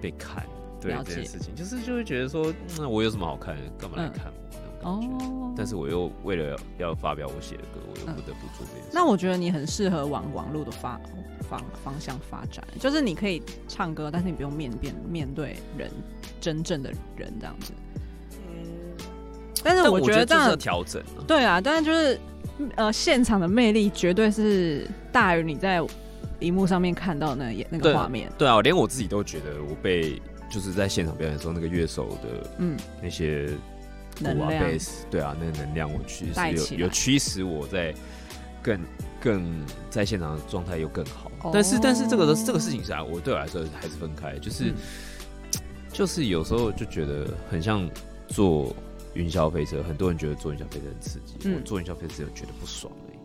[SPEAKER 3] 被看，对
[SPEAKER 2] 了
[SPEAKER 3] 这
[SPEAKER 2] 解
[SPEAKER 3] 嗯件事情，就是就会觉得说，那我有什么好看的，干嘛来
[SPEAKER 2] 嗯
[SPEAKER 3] 看我、那种感觉。
[SPEAKER 2] 哦，
[SPEAKER 3] 但是我又为了要发表我写的歌，我又不得不做这件事。
[SPEAKER 2] 那我觉得你很适合往网络的发方方向发展，就是你可以唱歌，但是你不用面面面对人真正的人这样子。但是
[SPEAKER 3] 但
[SPEAKER 2] 我
[SPEAKER 3] 觉
[SPEAKER 2] 觉得这
[SPEAKER 3] 这是
[SPEAKER 2] 样
[SPEAKER 3] 要调整啊。
[SPEAKER 2] 对啊，但是就是呃，现场的魅力绝对是大于你在荧幕上面看到的那个那
[SPEAKER 3] 对
[SPEAKER 2] 个画面。
[SPEAKER 3] 对啊，连我自己都觉得我被就是在现场表演的时候，那个乐手的
[SPEAKER 2] 嗯，
[SPEAKER 3] 那些鼓
[SPEAKER 2] 能
[SPEAKER 3] 啊、
[SPEAKER 2] 量
[SPEAKER 3] 贝斯，对啊，那个能量我其实
[SPEAKER 2] 带起
[SPEAKER 3] 是
[SPEAKER 2] 来
[SPEAKER 3] 有有驱使我在更更在现场的状态又更好。
[SPEAKER 2] 哦
[SPEAKER 3] 但是但是这个都这个事情是啊，我对我来说还是分开，就是、
[SPEAKER 2] 嗯
[SPEAKER 3] 就是有时候就觉得很像坐云霄飞车，很多人觉得坐云霄飞车很刺激，
[SPEAKER 2] 嗯
[SPEAKER 3] 我坐云霄飞车觉得不爽而已，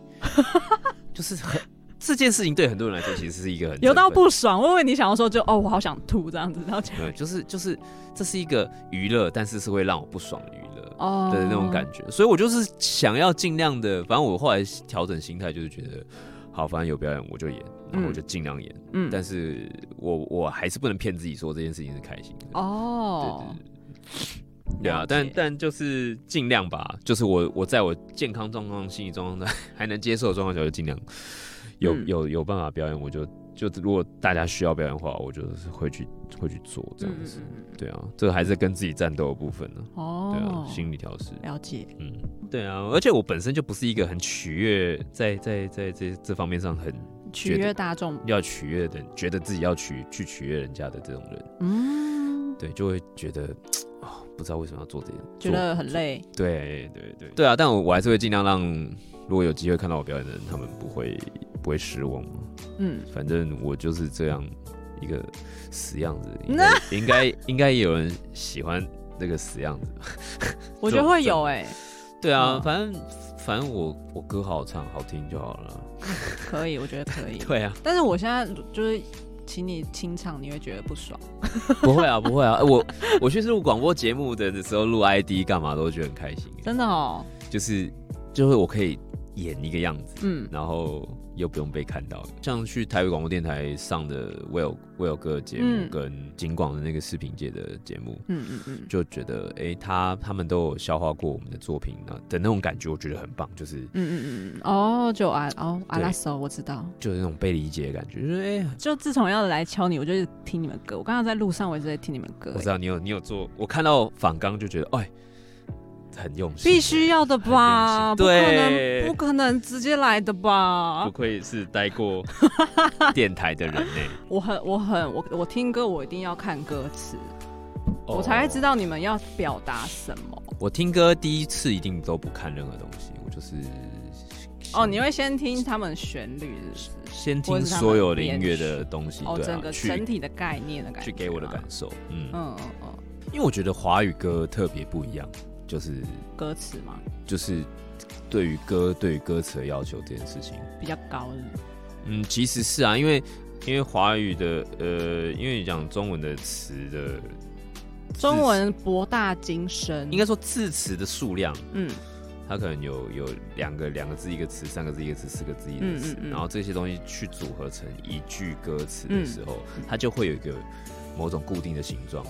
[SPEAKER 3] 就是很。这件事情对很多人来说其实是一个很
[SPEAKER 2] 有到
[SPEAKER 3] 振奋
[SPEAKER 2] 不爽，我以为你想要说就哦，我好想吐这样子，然 后就
[SPEAKER 3] 没有，就是就是这是一个娱乐，但是是会让我不爽的娱乐
[SPEAKER 2] 哦
[SPEAKER 3] 的那种感觉，所以我就是想要尽量的，反正我后来调整心态，就是觉得好，反正有表演我就演，然后我就尽量演，
[SPEAKER 2] 嗯，
[SPEAKER 3] 但是我我还是不能骗自己说这件事情是开心的。对
[SPEAKER 2] 哦，
[SPEAKER 3] 对对对啊
[SPEAKER 2] 了，解
[SPEAKER 3] 但但就是尽量吧，就是我我在我健康状况、心理状况的 还能接受的状况下，我就尽量有、
[SPEAKER 2] 嗯
[SPEAKER 3] 有有办法表演，我就就如果大家需要表演的话，我就是会去会去做这样
[SPEAKER 2] 嗯
[SPEAKER 3] 子。对啊，这个还是跟自己战斗的部分呢、
[SPEAKER 2] 哦，
[SPEAKER 3] 对啊，心理调试，
[SPEAKER 2] 了解，
[SPEAKER 3] 嗯，对啊，而且我本身就不是一个很取悦，在在在这这方面上很
[SPEAKER 2] 取
[SPEAKER 3] 觉
[SPEAKER 2] 悦
[SPEAKER 3] 得
[SPEAKER 2] 大众，
[SPEAKER 3] 要取悦的人，觉得自己要取去取悦人家的这种人，
[SPEAKER 2] 嗯，
[SPEAKER 3] 对，就会觉得啊、不知道为什么要做这件，
[SPEAKER 2] 觉得很累，
[SPEAKER 3] 做对对对对啊，但我我还是会尽量让，如果有机会看到我表演的人，他们不会不会失望嘛。
[SPEAKER 2] 嗯，
[SPEAKER 3] 反正我就是这样一个死样子，应该 应该应该也有人喜欢那个死样子吧。
[SPEAKER 2] 我觉得会有哎，
[SPEAKER 3] 对啊，
[SPEAKER 2] 嗯
[SPEAKER 3] 反正反正我我歌好好唱，好听就好了。
[SPEAKER 2] 可以，我觉得可以，
[SPEAKER 3] 对啊，
[SPEAKER 2] 但是我现在就是请你清唱，你会觉得不爽，
[SPEAKER 3] 不会啊，不会啊。我我去录广播节目的时候录 ID 干嘛都觉得很开心，
[SPEAKER 2] 真的哦，
[SPEAKER 3] 就是就是我可以演一个样子，
[SPEAKER 2] 嗯，
[SPEAKER 3] 然后又不用被看到。像去台北广播电台上的 Will Will 哥的节目
[SPEAKER 2] 嗯
[SPEAKER 3] 跟景广的那个视频界的节目，
[SPEAKER 2] 嗯嗯嗯，
[SPEAKER 3] 就觉得哎、诶他他们都有消化过我们的作品那的那种感觉，我觉得很棒，就是
[SPEAKER 2] 嗯嗯嗯嗯，哦，就啊，哦，阿
[SPEAKER 3] 对
[SPEAKER 2] 拉手，我知道。
[SPEAKER 3] 就是那种被理解的感觉，就是哎、诶
[SPEAKER 2] 就自从要来敲你，我就是听你们歌。我刚刚在路上，我一直在听你们歌欸
[SPEAKER 3] 我，知道你有你有做，我看到仿纲就觉得哎、很用心，
[SPEAKER 2] 必须要的吧？
[SPEAKER 3] 很用心
[SPEAKER 2] 不可
[SPEAKER 3] 对
[SPEAKER 2] 能，不可能直接来的吧
[SPEAKER 3] 不？愧是待 过电台的人呢、
[SPEAKER 2] 我很，我很，我我听歌，我一定要看歌词，
[SPEAKER 3] 哦
[SPEAKER 2] 我才会知。道你们要表达什么。
[SPEAKER 3] 我听歌第一次一定都不看任何东西，我就是
[SPEAKER 2] 哦，你会先听他们旋律是不是
[SPEAKER 3] 先
[SPEAKER 2] 或
[SPEAKER 3] 听
[SPEAKER 2] 者是他们
[SPEAKER 3] 所有的音乐的东西，
[SPEAKER 2] 哦，
[SPEAKER 3] 对
[SPEAKER 2] 整
[SPEAKER 3] 啊，
[SPEAKER 2] 个整
[SPEAKER 3] 去
[SPEAKER 2] 体的概念的感觉，
[SPEAKER 3] 去给我的感，受，嗯，
[SPEAKER 2] 嗯嗯嗯，
[SPEAKER 3] 因为我觉得华语歌特别不一样，就是
[SPEAKER 2] 歌词嘛
[SPEAKER 3] 就是对于歌对于歌词的要求这件事情，
[SPEAKER 2] 比较高是不是
[SPEAKER 3] 嗯，其实是啊，因为因为华语的呃，因为你讲中文的词的字
[SPEAKER 2] 中文博大精深，
[SPEAKER 3] 应该说字词的数量，
[SPEAKER 2] 嗯
[SPEAKER 3] 它可能有有两个两个字一个词，三个字一个词，四个字一个
[SPEAKER 2] 嗯
[SPEAKER 3] 词，
[SPEAKER 2] 嗯嗯
[SPEAKER 3] 然后这些东西去组合成一句歌词的时候，
[SPEAKER 2] 嗯
[SPEAKER 3] 它就会有一个某种固定的形状。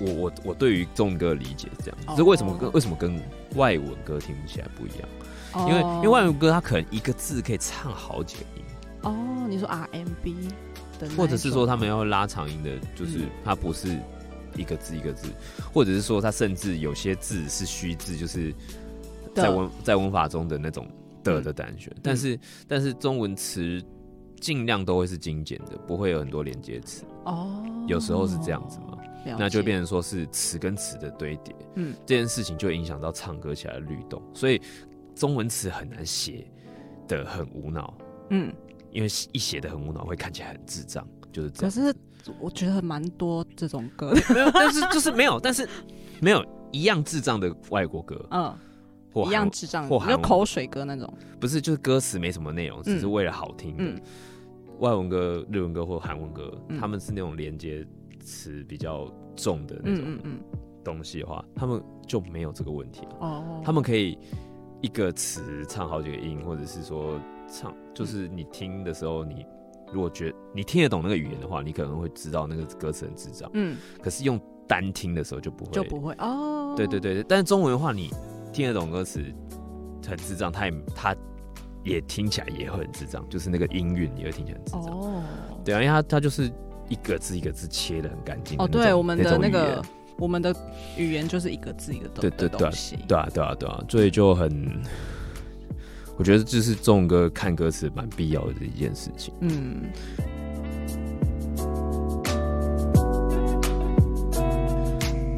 [SPEAKER 3] 我我我对于中文歌的理解是这样，
[SPEAKER 2] 哦
[SPEAKER 3] 这、为什么跟为什么跟外文歌听起来不一样？因为
[SPEAKER 2] 哦
[SPEAKER 3] 因为外文歌它可能一个字可以唱好几个音，
[SPEAKER 2] 哦，你说 RMB 的那一种，
[SPEAKER 3] 或者是说他们要拉长音的，就是
[SPEAKER 2] 嗯
[SPEAKER 3] 它不是一个字一个字，或者是说它甚至有些字是虚字，就是在
[SPEAKER 2] 的嗯
[SPEAKER 3] 文在文法中的那种的的单选。但是但是中文词尽量都会是精简的，不会有很多连接词，
[SPEAKER 2] 哦，
[SPEAKER 3] 有时候是这样子嘛，
[SPEAKER 2] 了解，
[SPEAKER 3] 那就会变成说是词跟词的堆叠。
[SPEAKER 2] 嗯
[SPEAKER 3] 这件事情就会影响到唱歌起来的律动，所以中文词很难写的很无脑，
[SPEAKER 2] 嗯。
[SPEAKER 3] 因为一写的很无脑会看起来很智障，就是这
[SPEAKER 2] 可
[SPEAKER 3] 样。
[SPEAKER 2] 是我觉得蛮多这种 歌的，
[SPEAKER 3] 没有，但是就是没有，但是没有一样智障的外国歌，
[SPEAKER 2] 嗯，
[SPEAKER 3] 或
[SPEAKER 2] 一
[SPEAKER 3] 韩
[SPEAKER 2] 样
[SPEAKER 3] 文
[SPEAKER 2] 智障，
[SPEAKER 3] 或
[SPEAKER 2] 就
[SPEAKER 3] 韩文
[SPEAKER 2] 口水歌那种，
[SPEAKER 3] 不是就是歌词没什么内容，只是为了好听的。
[SPEAKER 2] 嗯
[SPEAKER 3] 外文歌、日文歌或韩文歌，
[SPEAKER 2] 嗯
[SPEAKER 3] 他们是那种连接词比较重的那
[SPEAKER 2] 嗯
[SPEAKER 3] 种
[SPEAKER 2] 嗯嗯，
[SPEAKER 3] 东西的话，他们就没有这个问题了。
[SPEAKER 2] 哦，
[SPEAKER 3] 他们可以一个词唱好几个音，或者是说唱，就是
[SPEAKER 2] 嗯
[SPEAKER 3] 你听的时候，你如果觉你听得懂那个语言的话，你可能会知道那个歌词很智障。
[SPEAKER 2] 嗯
[SPEAKER 3] 可是用单听的时候就不会，
[SPEAKER 2] 就不会哦，
[SPEAKER 3] 对对对，但是中文的话你，你听得懂歌词很智障，他也他也听起来也很智障，就是那个音韵也会听起来很智障。
[SPEAKER 2] 哦，
[SPEAKER 3] 对啊，因为他他就是一个字一个字切的很干净。
[SPEAKER 2] 哦，
[SPEAKER 3] 那种
[SPEAKER 2] 对，我们的
[SPEAKER 3] 种
[SPEAKER 2] 那
[SPEAKER 3] 语
[SPEAKER 2] 个
[SPEAKER 3] 言
[SPEAKER 2] 我们的语言就是一个字一个
[SPEAKER 3] 对
[SPEAKER 2] 的
[SPEAKER 3] 对
[SPEAKER 2] 的
[SPEAKER 3] 对啊
[SPEAKER 2] 东西，
[SPEAKER 3] 对啊，对啊，对啊，所以就很，我觉得就是这种歌看歌词蛮必要的一件事情。
[SPEAKER 2] 嗯，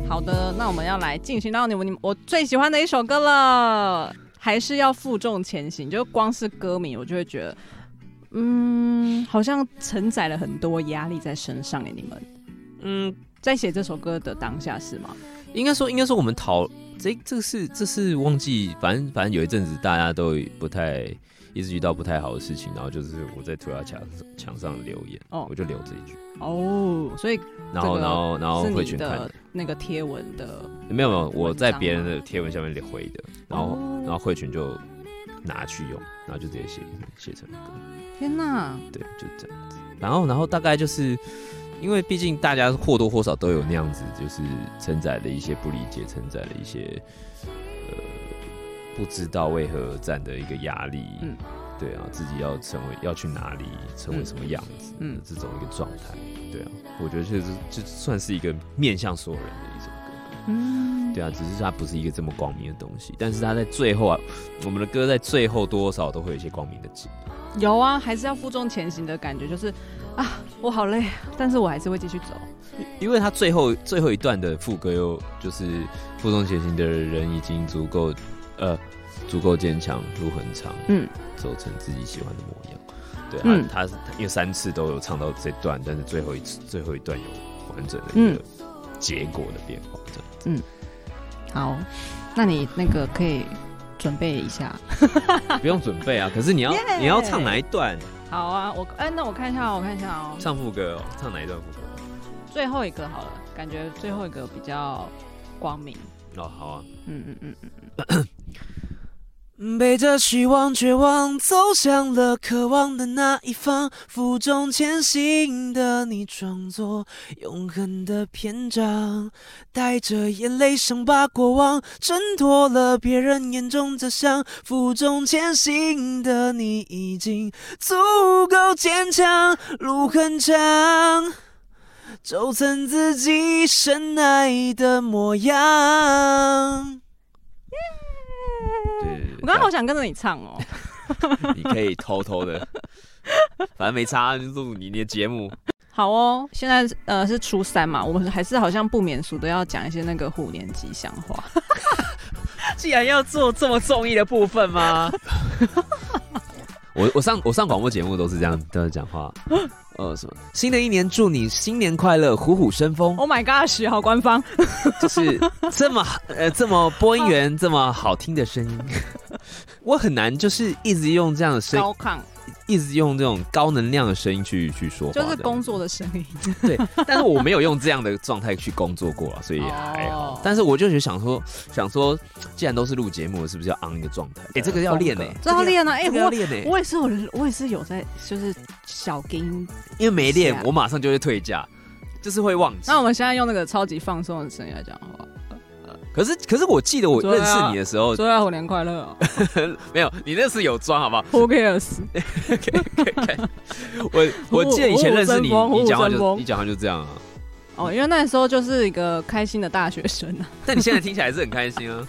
[SPEAKER 2] 好的，那我们要来进行到你们你们我最喜欢的一首歌了，还是要负重前行。就光是歌名，我就会觉得，嗯，好像承载了很多压力在身上给欸你们。
[SPEAKER 3] 嗯，
[SPEAKER 2] 在写这首歌的当下是吗？
[SPEAKER 3] 应该说，应该说我们讨这这是这是忘记，反正反正有一阵子大家都不太一直遇到不太好的事情，然后就是我在涂鸦墙墙上留言，
[SPEAKER 2] 哦
[SPEAKER 3] 我就留这一句，
[SPEAKER 2] 哦，所以
[SPEAKER 3] 然
[SPEAKER 2] 这
[SPEAKER 3] 后、
[SPEAKER 2] 个
[SPEAKER 3] 然后然后
[SPEAKER 2] 哦是
[SPEAKER 3] 哦会
[SPEAKER 2] 你
[SPEAKER 3] 去看
[SPEAKER 2] 的，那个贴文的
[SPEAKER 3] 没有没有，我在
[SPEAKER 2] 文章
[SPEAKER 3] 别人
[SPEAKER 2] 吗
[SPEAKER 3] 的贴文下面回的，然后、
[SPEAKER 2] 哦
[SPEAKER 3] 然后慧群就拿去用，然后就直接写写成歌。
[SPEAKER 2] 天哪，
[SPEAKER 3] 对，就这样子。然后，然后大概就是因为毕竟大家或多或少都有那样子，就是承载了一些不理解，承载了一些呃不知道为何而战的一个压力。
[SPEAKER 2] 嗯，
[SPEAKER 3] 对啊，自己要成为要去哪里，成为什么样子，
[SPEAKER 2] 嗯
[SPEAKER 3] 嗯，这种一个状态。对啊，我觉得这是这算是一个面向所有人的一首歌。
[SPEAKER 2] 嗯，
[SPEAKER 3] 对啊，只是它不是一个这么光明的东西，但是它在最后啊，我们的歌在最后多少都会有一些光明的景。
[SPEAKER 2] 有啊，还是要负重前行的感觉，就是啊，我好累，但是我还是会继续走。
[SPEAKER 3] 因为他最后最后一段的副歌又就是负重前行的人已经足够，呃，足够坚强，路很长，
[SPEAKER 2] 嗯，
[SPEAKER 3] 走成自己喜欢的模样。对，他、
[SPEAKER 2] 嗯
[SPEAKER 3] 他是因为三次都有唱到这段，但是最后一次最后一段有完整的一
[SPEAKER 2] 嗯
[SPEAKER 3] 个结果的变化，这样。
[SPEAKER 2] 好，那你那个可以准备一下。
[SPEAKER 3] 不用准备啊，可 是你要你要唱哪一段？
[SPEAKER 2] 好啊，我哎、那我看一下哦，我看一下哦，
[SPEAKER 3] 唱副歌哦，唱哪一段副歌？
[SPEAKER 2] 最后一个好了，感觉最后一个比较光明。
[SPEAKER 3] 哦，好啊，
[SPEAKER 2] 嗯嗯嗯嗯，
[SPEAKER 1] 背着希望、绝望，走向了渴望的那一方，负重前行的你，装作永恒的篇章，带着眼泪想把过往挣脱了别人眼中假象，负重前行的你已经足够坚强，路很长。走成自己深爱的模样。
[SPEAKER 3] 对对对
[SPEAKER 2] 我刚刚好想跟着你唱 哦。
[SPEAKER 3] 你可以偷偷的， 反正没差，啊就录你的节目。
[SPEAKER 2] 好哦，现在呃是初三嘛，我们还是好像不免俗的要讲一些那个虎年吉祥话。
[SPEAKER 3] 既然要做这么综艺的部分吗？我我上我上广播节目都是这样这样讲话， 呃，什么新的一年祝你新年快乐，虎虎生风，
[SPEAKER 2] Oh my gosh，好官方。
[SPEAKER 3] 就是这么呃这么播音员这么好听的声音， 我很难就是一直用这样的声，
[SPEAKER 2] 高亢，
[SPEAKER 3] 一直用这种高能量的声音去去说话
[SPEAKER 2] 就
[SPEAKER 3] 的，
[SPEAKER 2] 是工作的声音。
[SPEAKER 3] 对， 但是我没有用这样的状态去工作过啊，所以也还好。
[SPEAKER 2] 哦
[SPEAKER 3] 但是我就是想说，想说，既然都是录节目，是不是要 on 一个状态？哎、这个要练呢、
[SPEAKER 2] 这要练啊！哎、
[SPEAKER 3] 这个要
[SPEAKER 2] 我
[SPEAKER 3] 练欸呢、
[SPEAKER 2] 我也是有，我也是有在，就是小跟。
[SPEAKER 3] 因为没练
[SPEAKER 2] 是啊，
[SPEAKER 3] 我马上就会退价，就是会忘记
[SPEAKER 2] 那。我们现在用那个超级放松的声音来讲话，
[SPEAKER 3] 可是，可是我记得我
[SPEAKER 2] 对啊
[SPEAKER 3] 认识你的时候，
[SPEAKER 2] 祝大家虎年快乐、哦、
[SPEAKER 3] 没有，你那是有装好不好？
[SPEAKER 2] ！Who cares？
[SPEAKER 3] 我我记得以前认识你，
[SPEAKER 2] 虎虎生风
[SPEAKER 3] 你讲话
[SPEAKER 2] 虎虎生
[SPEAKER 3] 就
[SPEAKER 2] 风
[SPEAKER 3] 你讲话就这样啊。
[SPEAKER 2] 哦，因为那时候就是一个开心的大学生啊。
[SPEAKER 3] 但你现在听起来还是很开心啊。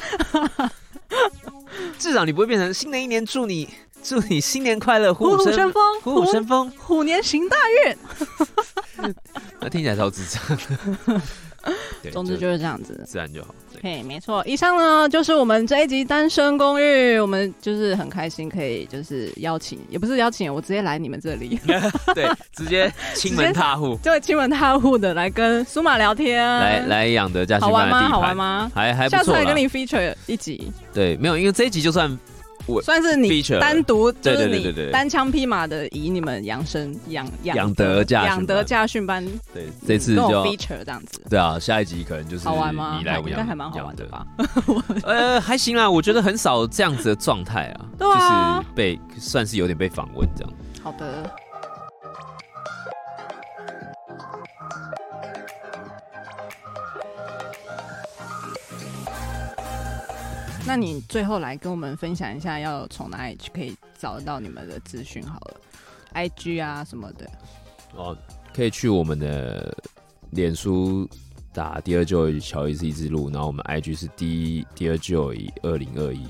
[SPEAKER 3] 至少你不会变成新的一年祝你祝你新年快乐，虎
[SPEAKER 2] 虎
[SPEAKER 3] 虎
[SPEAKER 2] 虎
[SPEAKER 3] 生
[SPEAKER 2] 生风，
[SPEAKER 3] 虎虎生风。
[SPEAKER 2] 虎年行大运。
[SPEAKER 3] 那听起来超智障。对，
[SPEAKER 2] 总之就是这样子。
[SPEAKER 3] 自然就好。对
[SPEAKER 2] 嘿，没错，以上呢就是我们这一集《单身公寓》，我们就是很开心可以就是邀请，也不是邀请，我直接来你们这 里，
[SPEAKER 3] 对，直接亲门踏户，
[SPEAKER 2] 就亲吻踏户的来跟苏玛聊天，
[SPEAKER 3] 来来养德家
[SPEAKER 2] 好
[SPEAKER 3] 训
[SPEAKER 2] 玩
[SPEAKER 3] 班
[SPEAKER 2] 吗？
[SPEAKER 3] 的地
[SPEAKER 2] 好玩
[SPEAKER 3] 盘，
[SPEAKER 2] 吗？
[SPEAKER 3] 还还不
[SPEAKER 2] 下次
[SPEAKER 3] 错
[SPEAKER 2] 来
[SPEAKER 3] 啦
[SPEAKER 2] 跟。你 feature 一集，
[SPEAKER 3] 对，没有，因为这一集就算
[SPEAKER 2] 算是你
[SPEAKER 3] feature
[SPEAKER 2] 单独，就
[SPEAKER 3] 对
[SPEAKER 2] 是
[SPEAKER 3] 对对
[SPEAKER 2] 你
[SPEAKER 3] 对对
[SPEAKER 2] 单枪匹马的以你们养生养
[SPEAKER 3] 养德驾训班
[SPEAKER 2] 养德驾训班，
[SPEAKER 3] 对这次
[SPEAKER 2] 跟我
[SPEAKER 3] 就
[SPEAKER 2] feature 这样子，
[SPEAKER 3] 对啊，下一集可能就是
[SPEAKER 2] 好玩吗？
[SPEAKER 3] 你来我
[SPEAKER 2] 应该
[SPEAKER 3] 养，
[SPEAKER 2] 还蛮好玩的
[SPEAKER 3] 养德？
[SPEAKER 2] 吧？
[SPEAKER 3] 呃，还行啦，我觉得很少这样子的状态啊，
[SPEAKER 2] 对啊
[SPEAKER 3] 就是被算是有点被访问这样。
[SPEAKER 2] 好的。那你最后来跟我们分享一下，要从哪里去可以找得到你们的资讯好了，IG 啊什么的。
[SPEAKER 3] 哦，可以去我们的脸书打“第二就乔伊斯一之路”，然后我们 IG 是第一第二就二零二一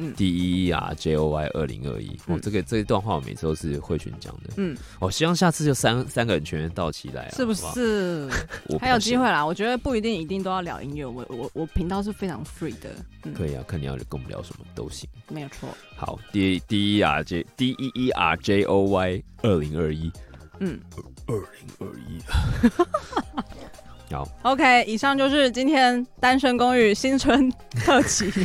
[SPEAKER 2] 嗯。
[SPEAKER 3] D E R J O Y 二零二一，哦
[SPEAKER 2] 嗯，
[SPEAKER 3] 这个这一段话我每次都是慧群讲的。
[SPEAKER 2] 嗯，
[SPEAKER 3] 哦，希望下次就三三个人全员到齐来啊，
[SPEAKER 2] 是不
[SPEAKER 3] 好好？
[SPEAKER 2] 是？
[SPEAKER 3] 我
[SPEAKER 2] 还有机会啊啦，我觉得不一定一定都要聊音乐，我我我频道是非常 free 的，嗯，
[SPEAKER 3] 可以啊，看你要跟我们聊什么都行。
[SPEAKER 2] 没有错，
[SPEAKER 3] 好，D D E R J D E E R J O Y 二零二一
[SPEAKER 2] 嗯
[SPEAKER 3] 二零二一，好，
[SPEAKER 2] ，OK，以上就是今天单身公寓新春 特辑，
[SPEAKER 3] 谢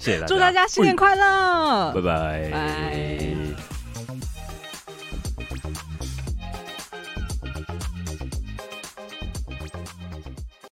[SPEAKER 3] 谢大家，
[SPEAKER 2] 祝大家新年快乐，
[SPEAKER 3] 拜拜。
[SPEAKER 2] 拜。